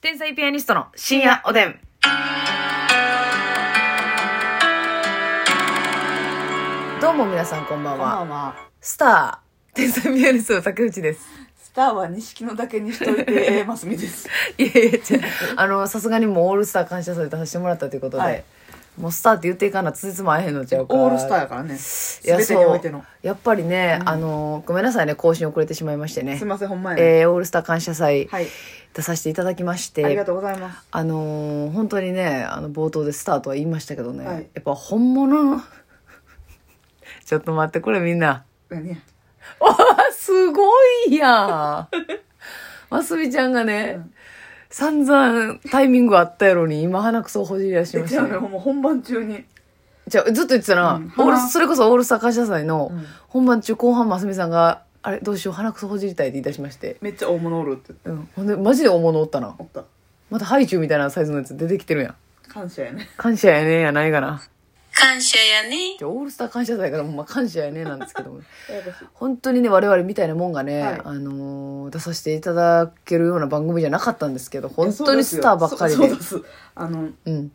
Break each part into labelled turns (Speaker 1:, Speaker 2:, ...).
Speaker 1: 天才ピアニストの深夜おでん。どうも皆さんこんばん
Speaker 2: こんば
Speaker 1: は。
Speaker 2: んは。
Speaker 1: スター、天才ピアニストの竹内です。
Speaker 2: スターは錦野だけにしといて、ますみです。
Speaker 1: いやいや、違うあの、さすがにもうオールスター感謝祭とさせてもらったということで、
Speaker 2: はい
Speaker 1: もうスターって言っていかな、ついつま会えへんのちゃうか。
Speaker 2: オールスターやからね。全てにおいて
Speaker 1: や
Speaker 2: の
Speaker 1: そ。うやっぱりね、
Speaker 2: うん
Speaker 1: あのごめんなさいね更新遅れてしまいましてね
Speaker 2: すいません、ほんまやね。
Speaker 1: えーオールスター感謝祭
Speaker 2: はい。
Speaker 1: 出させていただきまして、
Speaker 2: ありがとうございます。
Speaker 1: あのー本当にねあの冒頭でスタートは言いましたけどね、
Speaker 2: はい
Speaker 1: やっぱ本物の ちょっと待ってこれみんな
Speaker 2: 何や
Speaker 1: わあすごい やんますみちゃんがね、
Speaker 2: うん
Speaker 1: 散々タイミングあったやろに今鼻くそをほじり出し
Speaker 2: え
Speaker 1: まし
Speaker 2: じゃ
Speaker 1: た
Speaker 2: あ
Speaker 1: ね
Speaker 2: ね、もう本番中に。
Speaker 1: じゃあずっと言ってたな、
Speaker 2: うん
Speaker 1: オールそれこそオールスター感謝祭の
Speaker 2: うん
Speaker 1: 本番中後半ますみさんが「あれどうしよう鼻くそほじりたい」って言い出しまして、
Speaker 2: めっちゃ大物おるって
Speaker 1: うん、ほんでマジで大物おったな
Speaker 2: 思った。
Speaker 1: またハイチュウみたいなサイズのやつ出てきてるやん
Speaker 2: 感謝やね。
Speaker 1: 感謝やねんやないかな
Speaker 3: 感謝やね。
Speaker 1: じゃあオールスター感謝祭からほんま感謝やねんなんですけども
Speaker 2: ややこしい
Speaker 1: 本当にね我々みたいなもんがね、
Speaker 2: はい
Speaker 1: あのー出させていただけるような番組じゃなかったんですけど本当にスターばっかり
Speaker 2: そう
Speaker 1: で
Speaker 2: ですよ。そうそうですあの、
Speaker 1: うん、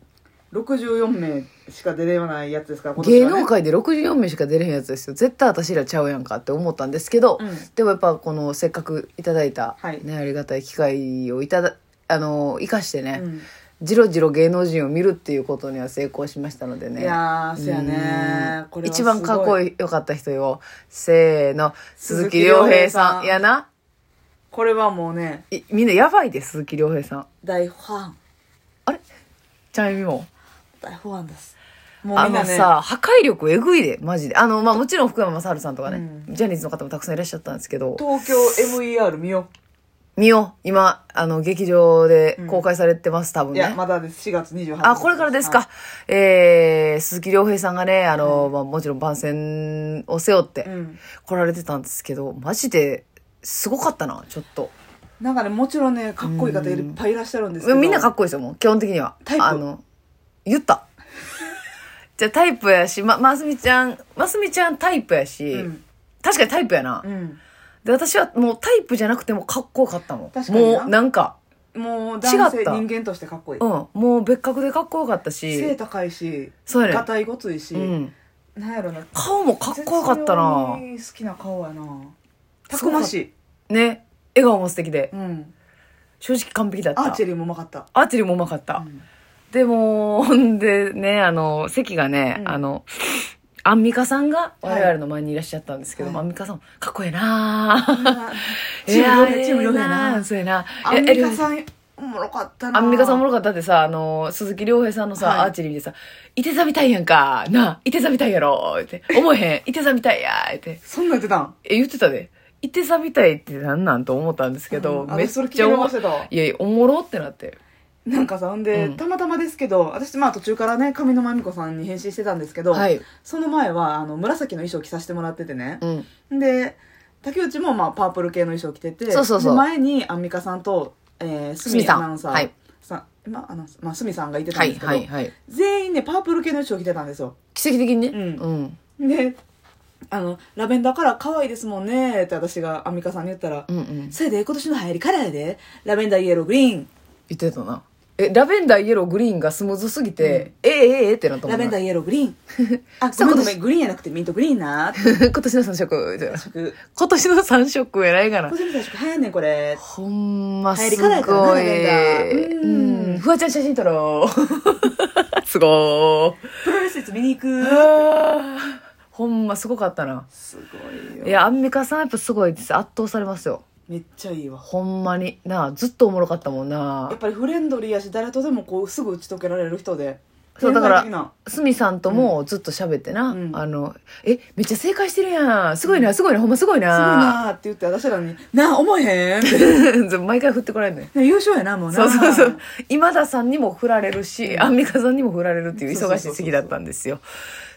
Speaker 2: 64名しか出れないやつですから、今年
Speaker 1: 芸
Speaker 2: はね
Speaker 1: 能界で64名しか出れへんやつですよ絶対私らちゃうやんかって思ったんですけど、
Speaker 2: うん
Speaker 1: でもやっぱこのせっかくいただいた、
Speaker 2: はい
Speaker 1: ね、ありがたい機会をいただあのー生かしてね、
Speaker 2: うん
Speaker 1: じろじろ芸能人を見るっていうことには成功しましたのでね
Speaker 2: いやー、そうやね。これは
Speaker 1: 一番かっこ
Speaker 2: いい。
Speaker 1: よかった人よせーの鈴
Speaker 2: 鈴
Speaker 1: 木
Speaker 2: 木
Speaker 1: 亮
Speaker 2: 亮
Speaker 1: 平
Speaker 2: 平
Speaker 1: さ
Speaker 2: さ
Speaker 1: ん
Speaker 2: ん
Speaker 1: やな
Speaker 2: これはもうね、
Speaker 1: いみんなやばいで鈴木亮平さん
Speaker 2: 大ファン。
Speaker 1: チャイミも
Speaker 2: 大ファンです。もう
Speaker 1: あ
Speaker 2: みんな
Speaker 1: の
Speaker 2: ね。
Speaker 1: さ破壊力えぐいでマジであのまあもちろん福山雅治さんとかね、
Speaker 2: う
Speaker 1: ジャニーズの方もたくさんいらっしゃったんですけど
Speaker 2: 東京 MER 見よ
Speaker 1: 見よう今あの劇場で公開されてます、多
Speaker 2: う、
Speaker 1: 分
Speaker 2: いや
Speaker 1: ね
Speaker 2: まだです4月28日
Speaker 1: あ、これからですか。えー、鈴木亮平さんがね、あの、まあ、もちろん番宣を背負っ
Speaker 2: う
Speaker 1: て
Speaker 2: ん
Speaker 1: 来られてたんですけど、マジで、すごかったな、ちょっと。
Speaker 2: なんかねもちろんねかっこいい方いっぱいいらっしゃるんですけど
Speaker 1: みんなかっ
Speaker 2: こ
Speaker 1: こいいですよ、もう、基本的には。
Speaker 2: タイプ
Speaker 1: あの、言った。 じゃあタイプやし、ま、ますみちゃん、ますみちゃんタイプやし、
Speaker 2: うん
Speaker 1: 確かにタイプやな、
Speaker 2: うん
Speaker 1: で、私はもうタイプじゃなくてもかっこよかったもん。
Speaker 2: 確かにな
Speaker 1: もう、なんか、
Speaker 2: もう男
Speaker 1: 違っ
Speaker 2: 性
Speaker 1: た
Speaker 2: 人間としてかっこいい
Speaker 1: うん、もう別格でかっこよかった
Speaker 2: 背
Speaker 1: し、
Speaker 2: 高いし
Speaker 1: そうやね
Speaker 2: がたいごついし、
Speaker 1: うん。
Speaker 2: なんやろな
Speaker 1: 顔もかっこよかったな
Speaker 2: 絶妙に好きな顔やなたくましい
Speaker 1: ね笑顔も素敵で
Speaker 2: うん
Speaker 1: 正直完璧だった
Speaker 2: アーチェリーもうまかった
Speaker 1: アーチェリーもうまかった、
Speaker 2: うん
Speaker 1: でもほんでねあの席がね、
Speaker 2: うん
Speaker 1: あのアンミカさんが
Speaker 2: は
Speaker 1: 我
Speaker 2: い
Speaker 1: 々の前にいらっしゃったんですけど、
Speaker 2: はい
Speaker 1: アンミカさんもかっこええな
Speaker 2: チーム
Speaker 1: い
Speaker 2: 両
Speaker 1: や
Speaker 2: 平チーム
Speaker 1: え
Speaker 2: 両
Speaker 1: え
Speaker 2: 平な
Speaker 1: そうやな
Speaker 2: アンミカ
Speaker 1: ん
Speaker 2: さんおもろかったな
Speaker 1: アンミカさんおも
Speaker 2: ろ
Speaker 1: ろかったってさ、あの、鈴木亮平さんのさ、
Speaker 2: はい
Speaker 1: アーチェリーでさ、いて座みたいやんか、なあ、いて座みたいやろ、って、思えへん、いて座みたいや、って、
Speaker 2: そんなん言ってたん
Speaker 1: え、言ってたで、いて座みたいってなんなんと思ったんですけど、
Speaker 2: うんあ
Speaker 1: めっ
Speaker 2: 私それ聞い
Speaker 1: ち
Speaker 2: て
Speaker 1: ゃ
Speaker 2: ま
Speaker 1: おも
Speaker 2: してたわ
Speaker 1: いやいや、おもろってなって。
Speaker 2: なんかさほんで、
Speaker 1: うん
Speaker 2: たまたまですけど私まあ途中からね上沼恵美子さんに返信してたんですけど、
Speaker 1: はい。
Speaker 2: その前はあの紫の衣装着させてもらっててね、
Speaker 1: うん。
Speaker 2: で竹内もまあパープル系の衣装着てて
Speaker 1: そうそうそう
Speaker 2: で前にアンミカさんと、えー、
Speaker 1: す
Speaker 2: ス
Speaker 1: み
Speaker 2: ミ
Speaker 1: さん
Speaker 2: アナウンサー
Speaker 1: はい
Speaker 2: さんまあアナウンサーまあ、スミさんがいてた
Speaker 1: は
Speaker 2: ん
Speaker 1: い、
Speaker 2: ですけど、
Speaker 1: はい、はい。
Speaker 2: 全員ねパープル系の衣装着てたんですよ
Speaker 1: 奇跡的にね。
Speaker 2: うん
Speaker 1: うん。
Speaker 2: であの「ラベンダーカラー可愛いですもんね」って私がアンミカさんに言ったら「
Speaker 1: うん、うん。
Speaker 2: それで今年の流行りカラーやでラベンダーイエローグリーン
Speaker 1: 言ってたな。え、ラベンダー、イエロー、グリーンがスムーズすぎて、ええええええってなったもん
Speaker 2: ラベ ンダーイエローグリーン」あご
Speaker 1: そう
Speaker 2: めん
Speaker 1: 今
Speaker 2: ご
Speaker 1: 年
Speaker 2: めんグリーンやなくてミントグリーンなって
Speaker 1: ー。今年の三色、みたいな
Speaker 2: 僕
Speaker 1: 今年の三色偉いかな
Speaker 2: 小。泉最初流行んねんこれ
Speaker 1: ほんま、す
Speaker 2: 流行りからやからな
Speaker 1: ご
Speaker 2: ラベン
Speaker 1: い。
Speaker 2: ダー
Speaker 1: う
Speaker 2: うん
Speaker 1: ん。フワちゃん写真撮ろう。すご
Speaker 2: プロレスいつ見に行
Speaker 1: ー。
Speaker 2: く
Speaker 1: あーほんま、すごかったな。
Speaker 2: すごいよ
Speaker 1: いや、アンミカさんやっぱすごいです。圧倒されますよ。
Speaker 2: めっちゃいいわ
Speaker 1: ほんまに。なあ、ずっとおもろかったもんな
Speaker 2: やっ。ぱりフレンドリーやし誰とでもこうすぐ打ち解けられる人で
Speaker 1: そうだか
Speaker 2: 天才的
Speaker 1: ら
Speaker 2: な
Speaker 1: 鷲見さんともずっと喋ってな、
Speaker 2: うん
Speaker 1: あの「えめっちゃ正解してるやんすごいなすごいなほんますごい
Speaker 2: すごい
Speaker 1: な」
Speaker 2: なーって言って私らに「なあ思えへん」 みたい
Speaker 1: 毎回振ってこられるね
Speaker 2: な優勝やなもうな
Speaker 1: そうそうそう今田さんにも振られるし
Speaker 2: うん
Speaker 1: アンミカさんにも振られるっていう
Speaker 2: そうそ
Speaker 1: 忙
Speaker 2: う
Speaker 1: し
Speaker 2: そうそう
Speaker 1: い時期だったんですよ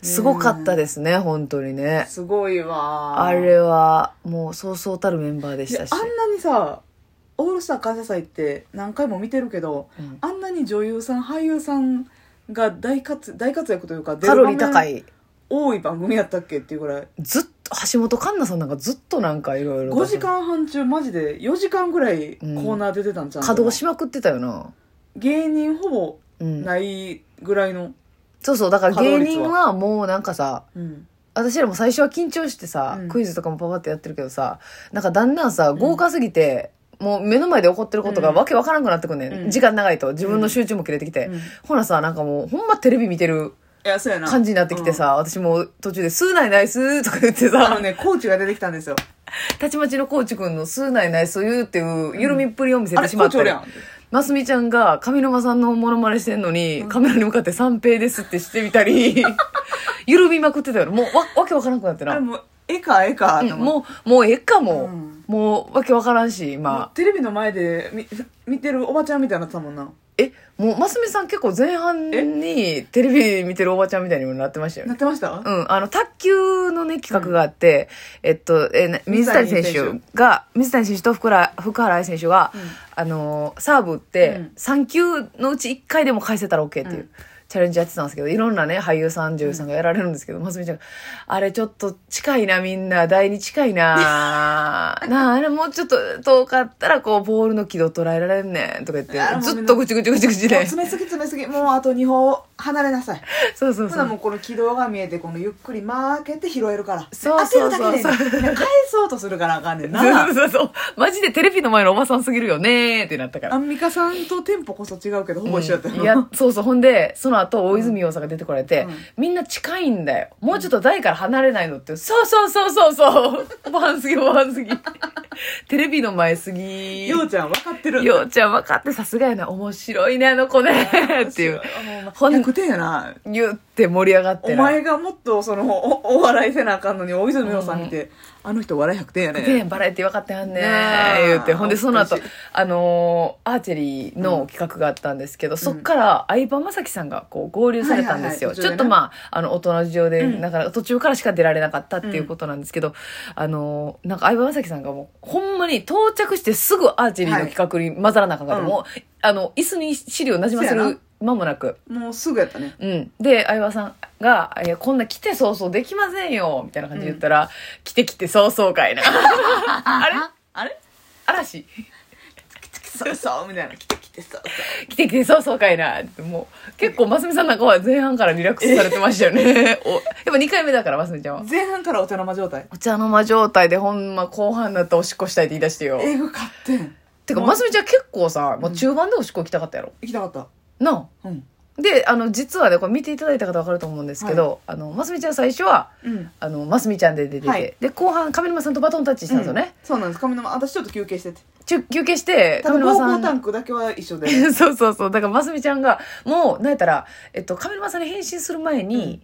Speaker 1: すごかったですね本当にね
Speaker 2: すごいわー
Speaker 1: あれはもうそうそうたるメンバーでし
Speaker 2: で
Speaker 1: たし
Speaker 2: あんなにさオールスター感謝祭って何回も見てるけど、
Speaker 1: うん
Speaker 2: あんなに女優さん俳優さんが大活大活躍というか
Speaker 1: カロリー高
Speaker 2: 出る場面
Speaker 1: い
Speaker 2: 多い番組やったっけっていうぐらい
Speaker 1: ずっ橋本環奈さんなんかずっとなんかいろいろ
Speaker 2: 5時間半中マジで4時間ぐらいコ
Speaker 1: うん
Speaker 2: ーナー出てたんちゃうかな
Speaker 1: 稼働しまくってたよな
Speaker 2: 芸人ほぼ
Speaker 1: うん
Speaker 2: ないぐらいの、
Speaker 1: そうそうだから
Speaker 2: 稼
Speaker 1: 芸
Speaker 2: 働率
Speaker 1: 人
Speaker 2: は
Speaker 1: はもうなんかさ
Speaker 2: うん
Speaker 1: 私らも最初は緊張してさ、
Speaker 2: うん
Speaker 1: クイズとかもパパってやってるけどさなんかだんだんさ豪華すぎて、もう目の前で起こってることが
Speaker 2: うん
Speaker 1: わけわからんくなってくんねん、
Speaker 2: うん
Speaker 1: 時間長いと自分の集中も切れてきて、
Speaker 2: うんい
Speaker 1: ほなさなんかもうほんまテレビ見てる
Speaker 2: やそうやな
Speaker 1: 感じになってきてさ、私もう途中で「数ないないす」とか言って
Speaker 2: うんあの
Speaker 1: さ、
Speaker 2: ねコーチが出てきたんですよ
Speaker 1: たちまちのコーチくんの「数ないないす」言うっていう緩みっぷりを見せ
Speaker 2: あ
Speaker 1: て
Speaker 2: れ
Speaker 1: し
Speaker 2: コ
Speaker 1: ま
Speaker 2: ー
Speaker 1: っ
Speaker 2: チお
Speaker 1: た
Speaker 2: る
Speaker 1: り
Speaker 2: やんって
Speaker 1: ますみちゃんが上沼さんのモノマネしてんのに、カメラに向かって「三平です」ってしてみた り緩みまくってたよもうわわけわからなくなって
Speaker 2: あ
Speaker 1: な
Speaker 2: れもう絵か絵か
Speaker 1: うん
Speaker 2: と思って
Speaker 1: もうもうええかも、
Speaker 2: うん
Speaker 1: もうわけわからんし
Speaker 2: もう
Speaker 1: 今
Speaker 2: テレビの前でみ見てるおばちゃんみたいになってたもんな
Speaker 1: えもうますみさん結構前半にテレビ見てるおばちゃんみたいにもなってましたよね
Speaker 2: なってました
Speaker 1: うん、あの、卓球のね、企画があって、えっと、え、な水
Speaker 2: 水
Speaker 1: 谷
Speaker 2: 谷
Speaker 1: 選
Speaker 2: 選手
Speaker 1: 手が、水谷選手と福原福原愛選手が、
Speaker 2: うん
Speaker 1: あのー、サーブ打って、
Speaker 2: うん
Speaker 1: 3球のうち1回でも返せたら OK っていう、
Speaker 2: うん
Speaker 1: チャレンジやってたんですけど、いろんなね、俳優さん、女優さんがやられるんですけど、ますみちゃんが、あれちょっと近いな、みんな、台に近い ななあ、あれもうちょっと遠かったら、こう、ボールの軌道捉えられんねん、とか言
Speaker 2: あ
Speaker 1: っ
Speaker 2: も
Speaker 1: て、
Speaker 2: う
Speaker 1: ずっとぐちぐちぐちぐち
Speaker 2: もう
Speaker 1: で。
Speaker 2: 詰めすぎ詰めすぎもうあと2歩離れなさい
Speaker 1: そうそう
Speaker 2: ほ
Speaker 1: そ
Speaker 2: な
Speaker 1: う。
Speaker 2: もうこの軌道が見えてこのゆっくり負けて拾えるから
Speaker 1: そうそうそう
Speaker 2: 当てるだけでね返そうとするからあかんねんな
Speaker 1: そうそうそう。マジでテレビの前のおばさんすぎるよねーってなったから
Speaker 2: ア。ンミカさんとテンポこそ違うけどほぼ一緒だったよ
Speaker 1: いや、そうそう。ほんで、その後、大泉洋さんが出てこられて、
Speaker 2: うん
Speaker 1: みんな近いんだよ。もうちょっと台から離れないのって。そうそうそうそうそう。おばはんすぎ、おばはん すぎ。テレビの前すぎ。
Speaker 2: ようちゃん分かってる
Speaker 1: ようちゃん分かってさすがやな。面白いね、あの子ね。っていう。ほん
Speaker 2: 100点やな
Speaker 1: 言って盛り上がって
Speaker 2: お
Speaker 1: な。
Speaker 2: 前がもっとそのおお笑いせなあかんのに大泉洋さん見て、あの人お笑い100点や
Speaker 1: で
Speaker 2: ね
Speaker 1: バラエティ分かってはんね
Speaker 2: なあ
Speaker 1: 言うてほんでその後
Speaker 2: 懐か
Speaker 1: あのーアーチェリーの企画があったんですけど、そっから相葉雅紀さんがこう合流されたんですよ、
Speaker 2: はいはいはい途中で
Speaker 1: ちょ
Speaker 2: ね
Speaker 1: っとまああの大人の事情で、
Speaker 2: うん
Speaker 1: なかなか途中からしか出られなかったっていうことなんですけど、あのーなんか相葉雅紀さんがもうほんまに到着してすぐアーチェリーの企画に混ざらなあかんかった、
Speaker 2: はい
Speaker 1: もうあの椅子に資料なじませ
Speaker 2: そうや
Speaker 1: る間もなく。
Speaker 2: もうすぐやったね
Speaker 1: うん、で相葉さんが「いやこんな来て早々できませんよ」みたいな感じで言ったら「来て来て早々かい な」あれ
Speaker 2: あれ
Speaker 1: 嵐
Speaker 2: そうそうみたいな来て来てそうそ
Speaker 1: 来て来てそうそうかいなってもう結構真澄さんなんかは前半からリラックスされてましたよ ねおやっぱ2回目だから真澄ちゃんは
Speaker 2: う前半からお茶の間状態
Speaker 1: お茶の間状態でほんま後半だったらおしっこしたいって言い出してよ
Speaker 2: 英語買ってん
Speaker 1: てか
Speaker 2: もう
Speaker 1: 真澄ちゃん結構さもう中盤でおしっこ行きたかったやろ、
Speaker 2: 行きたかった
Speaker 1: な
Speaker 2: うん
Speaker 1: あであの実はねこれ見ていただいた方分かると思うんですけど、あの真澄ちゃん最初は
Speaker 2: うん
Speaker 1: あのますみちゃんで出てて、
Speaker 2: はい
Speaker 1: で後半上沼さんとバトンタッチしたんですよね、
Speaker 2: そうなんです上沼私ちょっと休憩してて
Speaker 1: ちゅ休憩して
Speaker 2: た
Speaker 1: 上
Speaker 2: だ
Speaker 1: 沼
Speaker 2: 膀
Speaker 1: さ
Speaker 2: 胱
Speaker 1: ん
Speaker 2: タンクだけは一緒 で
Speaker 1: そうそうそう。だから、ますみちゃんが、もう、なんやったら、えっと、上沼さんに返信する前に、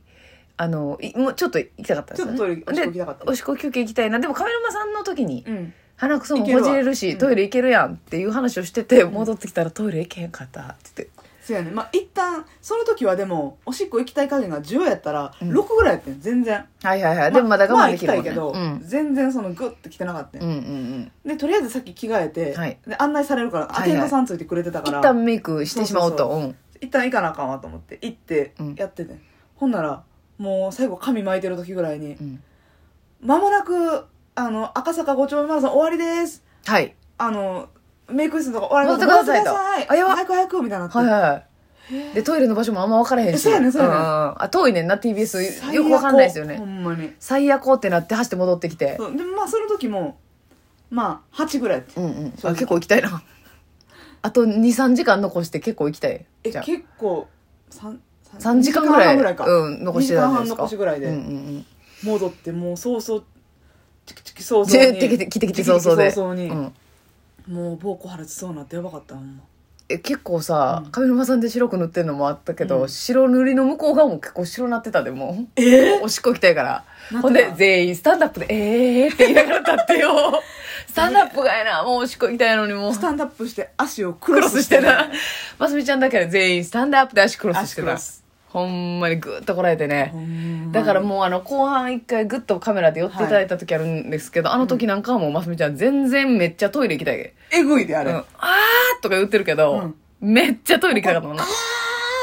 Speaker 2: うん
Speaker 1: あの、いもうちょっと行きたかったんですよ、ね。
Speaker 2: ちょっとトイレおしっこ行きたかった
Speaker 1: でおしっこ休憩行きたいな。でも、上沼さんの時に、
Speaker 2: うん
Speaker 1: 鼻くそも
Speaker 2: 行ける
Speaker 1: ほ
Speaker 2: わ
Speaker 1: じれるし、
Speaker 2: うん
Speaker 1: トイレ行けるやんっていう話をしてて、戻ってきたらトイレ行けへんかったって
Speaker 2: そうやねまあ一旦その時はでもおしっこ行きたい加減が10やったら
Speaker 1: うん
Speaker 2: 6ぐらいやってん全然
Speaker 1: 言って。はいはいはい。でも、まだ
Speaker 2: まあ
Speaker 1: 我慢できるもん、ね
Speaker 2: まあ行きたいけど、全然そのグッて来てなかったん
Speaker 1: うん。うんうんうん。
Speaker 2: でとりあえずさっき着替えて、
Speaker 1: はい
Speaker 2: で案内されるから
Speaker 1: いはい
Speaker 2: アテンドさんついてくれてたから、
Speaker 1: 一旦メイクしてしまおうと。
Speaker 2: そう一旦行かなあかんわと思って行って
Speaker 1: うん
Speaker 2: やってて、ほんならもう最後髪巻いてる時ぐらい
Speaker 1: ん
Speaker 2: に
Speaker 1: うん。
Speaker 2: 間もなくあの赤坂5丁目マラソン終わりです
Speaker 1: はい。
Speaker 2: あのメイク室のとか終わりです
Speaker 1: 戻ってくださいと
Speaker 2: 戻ってくだ
Speaker 1: あやば
Speaker 2: 早く早くみたいになって、
Speaker 1: はいはい。で、トイレの場所もあんま分からへんし。
Speaker 2: えそうやねそうやね
Speaker 1: んんうんあ、遠いねんな、TBS。よく分かんないですよね
Speaker 2: ほ。んまに
Speaker 1: 最悪ってなって走って戻ってきて。
Speaker 2: そうでまあその時もまあ8ぐらいやって
Speaker 1: うんうん。
Speaker 2: 正
Speaker 1: あ、
Speaker 2: 直
Speaker 1: 結構行きたい な。あと2、3時間残して結構行きたい。
Speaker 2: え
Speaker 1: じゃあ
Speaker 2: 結構三三
Speaker 1: 3時間ぐらい
Speaker 2: 二時間半ぐらいか、
Speaker 1: うん、残してたんじゃないですか。
Speaker 2: 二時間半残しぐらいで
Speaker 1: うんうん
Speaker 2: 戻ってもう早々チキチキ早
Speaker 1: うん。ジ
Speaker 2: 々
Speaker 1: ェーっ
Speaker 2: に
Speaker 1: てきて、来てきて早々で。
Speaker 2: チキチキ早々に、
Speaker 1: うん。
Speaker 2: もう膀胱破裂そうになってやばかったほんま
Speaker 1: え、結構さ
Speaker 2: う、ん
Speaker 1: 上沼さんで白く塗ってるのもあったけど、
Speaker 2: うん
Speaker 1: 白塗りの向こう側も結構白なってたでもう。
Speaker 2: え
Speaker 1: おしっこ行きたいから。
Speaker 2: なってた
Speaker 1: ほんで、全員スタンダップで、えーって言いながら立 ってよ。スタンダップがやな、もうおしっこ行きたいのにもう
Speaker 2: ス。タンダップして足をク
Speaker 1: ク
Speaker 2: ロ
Speaker 1: ロ
Speaker 2: ス
Speaker 1: ス
Speaker 2: し
Speaker 1: してて
Speaker 2: な
Speaker 1: な。 ますみちゃんだけは全員スタンドアップで足クロスし
Speaker 2: 足
Speaker 1: て
Speaker 2: ク
Speaker 1: た
Speaker 2: ロ。ス
Speaker 1: ほんまにグーッとこらえてね。だ
Speaker 2: だ
Speaker 1: からもうあの後半一回グッとカメラで寄っていただいた時あるんですけど、あの時なんかはもうますみちゃん全然めっちゃトイレ行きたいで。
Speaker 2: えぐいであ
Speaker 1: う
Speaker 2: れ、
Speaker 1: ん、
Speaker 2: あ
Speaker 1: あーとか言ってるけど、めっちゃトイレ行きたかったもんな。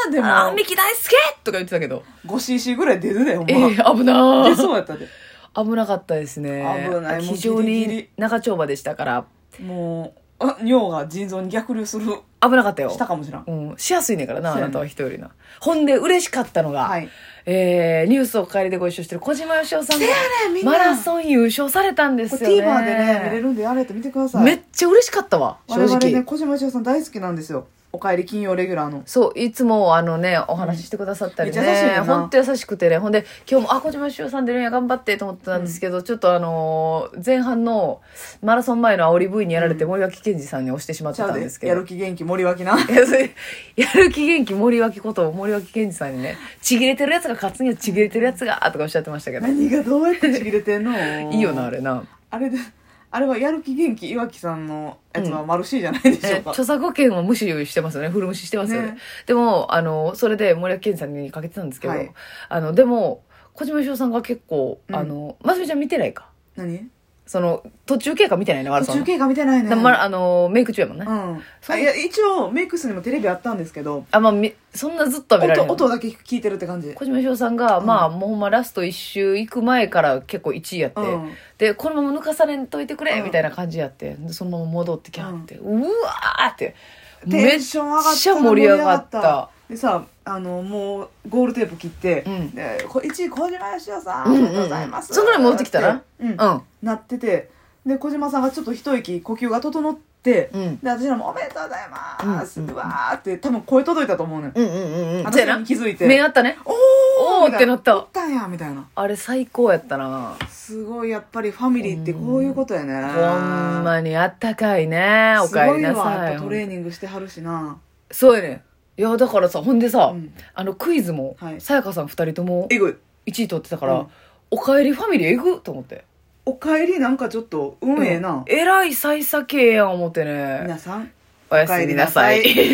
Speaker 2: ーで
Speaker 1: あー、
Speaker 2: も
Speaker 1: ミキ大好きとか言ってたけど。
Speaker 2: 5cc ぐらい出るでほん
Speaker 1: え
Speaker 2: ま、
Speaker 1: ー、危な
Speaker 2: 出
Speaker 1: ー。
Speaker 2: そうやったで
Speaker 1: 危なかったですね
Speaker 2: 危ないもう
Speaker 1: 非常
Speaker 2: ギリギ
Speaker 1: に
Speaker 2: リ
Speaker 1: 長丁場でしたから
Speaker 2: もうあ尿が腎臓に逆流する
Speaker 1: 危なかったよ
Speaker 2: したかもしらん
Speaker 1: うん、しやすいねんからな、
Speaker 2: そ
Speaker 1: あ
Speaker 2: うや
Speaker 1: な
Speaker 2: ね
Speaker 1: たは人よりな。ほんで、嬉しかったのが、
Speaker 2: はい
Speaker 1: えー、ニュースお帰りでご一緒してる小島よしおさんが、
Speaker 2: みんな
Speaker 1: マラソン優勝されたんです
Speaker 2: こ
Speaker 1: よ
Speaker 2: れ
Speaker 1: ね。
Speaker 2: TVer でね見れるんでやれて見てください
Speaker 1: めっちゃ嬉しかったわ、正
Speaker 2: 我々
Speaker 1: 直。
Speaker 2: ね小島よしおさん大好きなんですよおかえり金曜レギュラーの
Speaker 1: そう、いつも、あのね、お話ししてくださったりね。
Speaker 2: うんめっちゃ優しいよな
Speaker 1: ほんと優しくてね。ほんで、今日も、あ、小島よしおさん出るんや、頑張ってと思ってたんですけど、ちょっとあのー前半のマラソン前の煽り V にやられて、森脇健児さんに押してしまって
Speaker 2: ちゃ
Speaker 1: た
Speaker 2: うんで
Speaker 1: ですけ
Speaker 2: や
Speaker 1: ど。
Speaker 2: る気元気森脇ない
Speaker 1: やそれやる気元気森脇こと森脇健児さんにねちぎれてるやつが勝つにはちぎれてるやつがとかおっしゃってましたけど
Speaker 2: 何がどうやってちぎれてんの
Speaker 1: いいよなあ
Speaker 2: れ
Speaker 1: れな
Speaker 2: あれであれはやる気元気岩木さんのやつはマルシーじゃないでしょ
Speaker 1: え
Speaker 2: うか、
Speaker 1: 著作権を無視してますよね古無視してますよね
Speaker 2: ね
Speaker 1: でもあのそれで森脇健児さんにかけてたんですけど、
Speaker 2: はい
Speaker 1: あのでも小島よしおさんが結構、
Speaker 2: うん
Speaker 1: あの真澄ちゃん見てないか
Speaker 2: 何
Speaker 1: その途中経過見てないねマラ
Speaker 2: 途
Speaker 1: ソン
Speaker 2: 中
Speaker 1: の
Speaker 2: 経過見てないね
Speaker 1: だまあのメイク中やもんね、
Speaker 2: うん
Speaker 1: そう
Speaker 2: あいや一応メイク室にもテレビあったんですけど
Speaker 1: あまあみそんなずっとは見られ
Speaker 2: 音
Speaker 1: ない
Speaker 2: 音だけ聞いてるって感じ
Speaker 1: 小島よしおさんが、
Speaker 2: うん
Speaker 1: まあもうほんまラスト1周行く前から結構1位やって、
Speaker 2: うん
Speaker 1: でこのまま抜かされんといてくれ、
Speaker 2: うん
Speaker 1: みたいな感じやってでそのまま戻ってきはって、うわーって
Speaker 2: テンション上がった
Speaker 1: めっちゃ盛り上がった
Speaker 2: でさあのもうゴールテープ切って「
Speaker 1: うん
Speaker 2: でこ1位小島よしおさん、
Speaker 1: うんうんうん
Speaker 2: ありがとうございます」
Speaker 1: そんぐらい戻ってきたな
Speaker 2: てうん
Speaker 1: うん
Speaker 2: なっててで小島さんがちょっと一息呼吸が整って、
Speaker 1: うん
Speaker 2: で私らも「おめでとうございます」
Speaker 1: う
Speaker 2: うん
Speaker 1: うんうん
Speaker 2: わーって多分声届いたと思うねん、
Speaker 1: うんうんうんうん
Speaker 2: 私
Speaker 1: そうや
Speaker 2: らに
Speaker 1: な
Speaker 2: 気づいて
Speaker 1: 目あったね
Speaker 2: おー
Speaker 1: おーってな
Speaker 2: っ
Speaker 1: った
Speaker 2: たんやみたいな
Speaker 1: あれ最高やったな
Speaker 2: すごいやっぱりファミリーってこういうことやね、
Speaker 1: ほんまにあったかいねおかえりな
Speaker 2: すごいわ
Speaker 1: さ
Speaker 2: や
Speaker 1: い
Speaker 2: っぱトレーニングしてはるしな
Speaker 1: そうやねいやだからさほんでさ、
Speaker 2: うん
Speaker 1: あのクイズも
Speaker 2: はい
Speaker 1: さやかさん2人とも
Speaker 2: えぐい
Speaker 1: 1位取ってたから「
Speaker 2: うん
Speaker 1: おかえりファミリーえぐ」と思って
Speaker 2: おかえりなんかちょっと運ええな、
Speaker 1: えらい幸先ええやん思ってね
Speaker 2: 皆さん
Speaker 1: おやすみなさ
Speaker 2: おかえり
Speaker 1: い
Speaker 2: なさ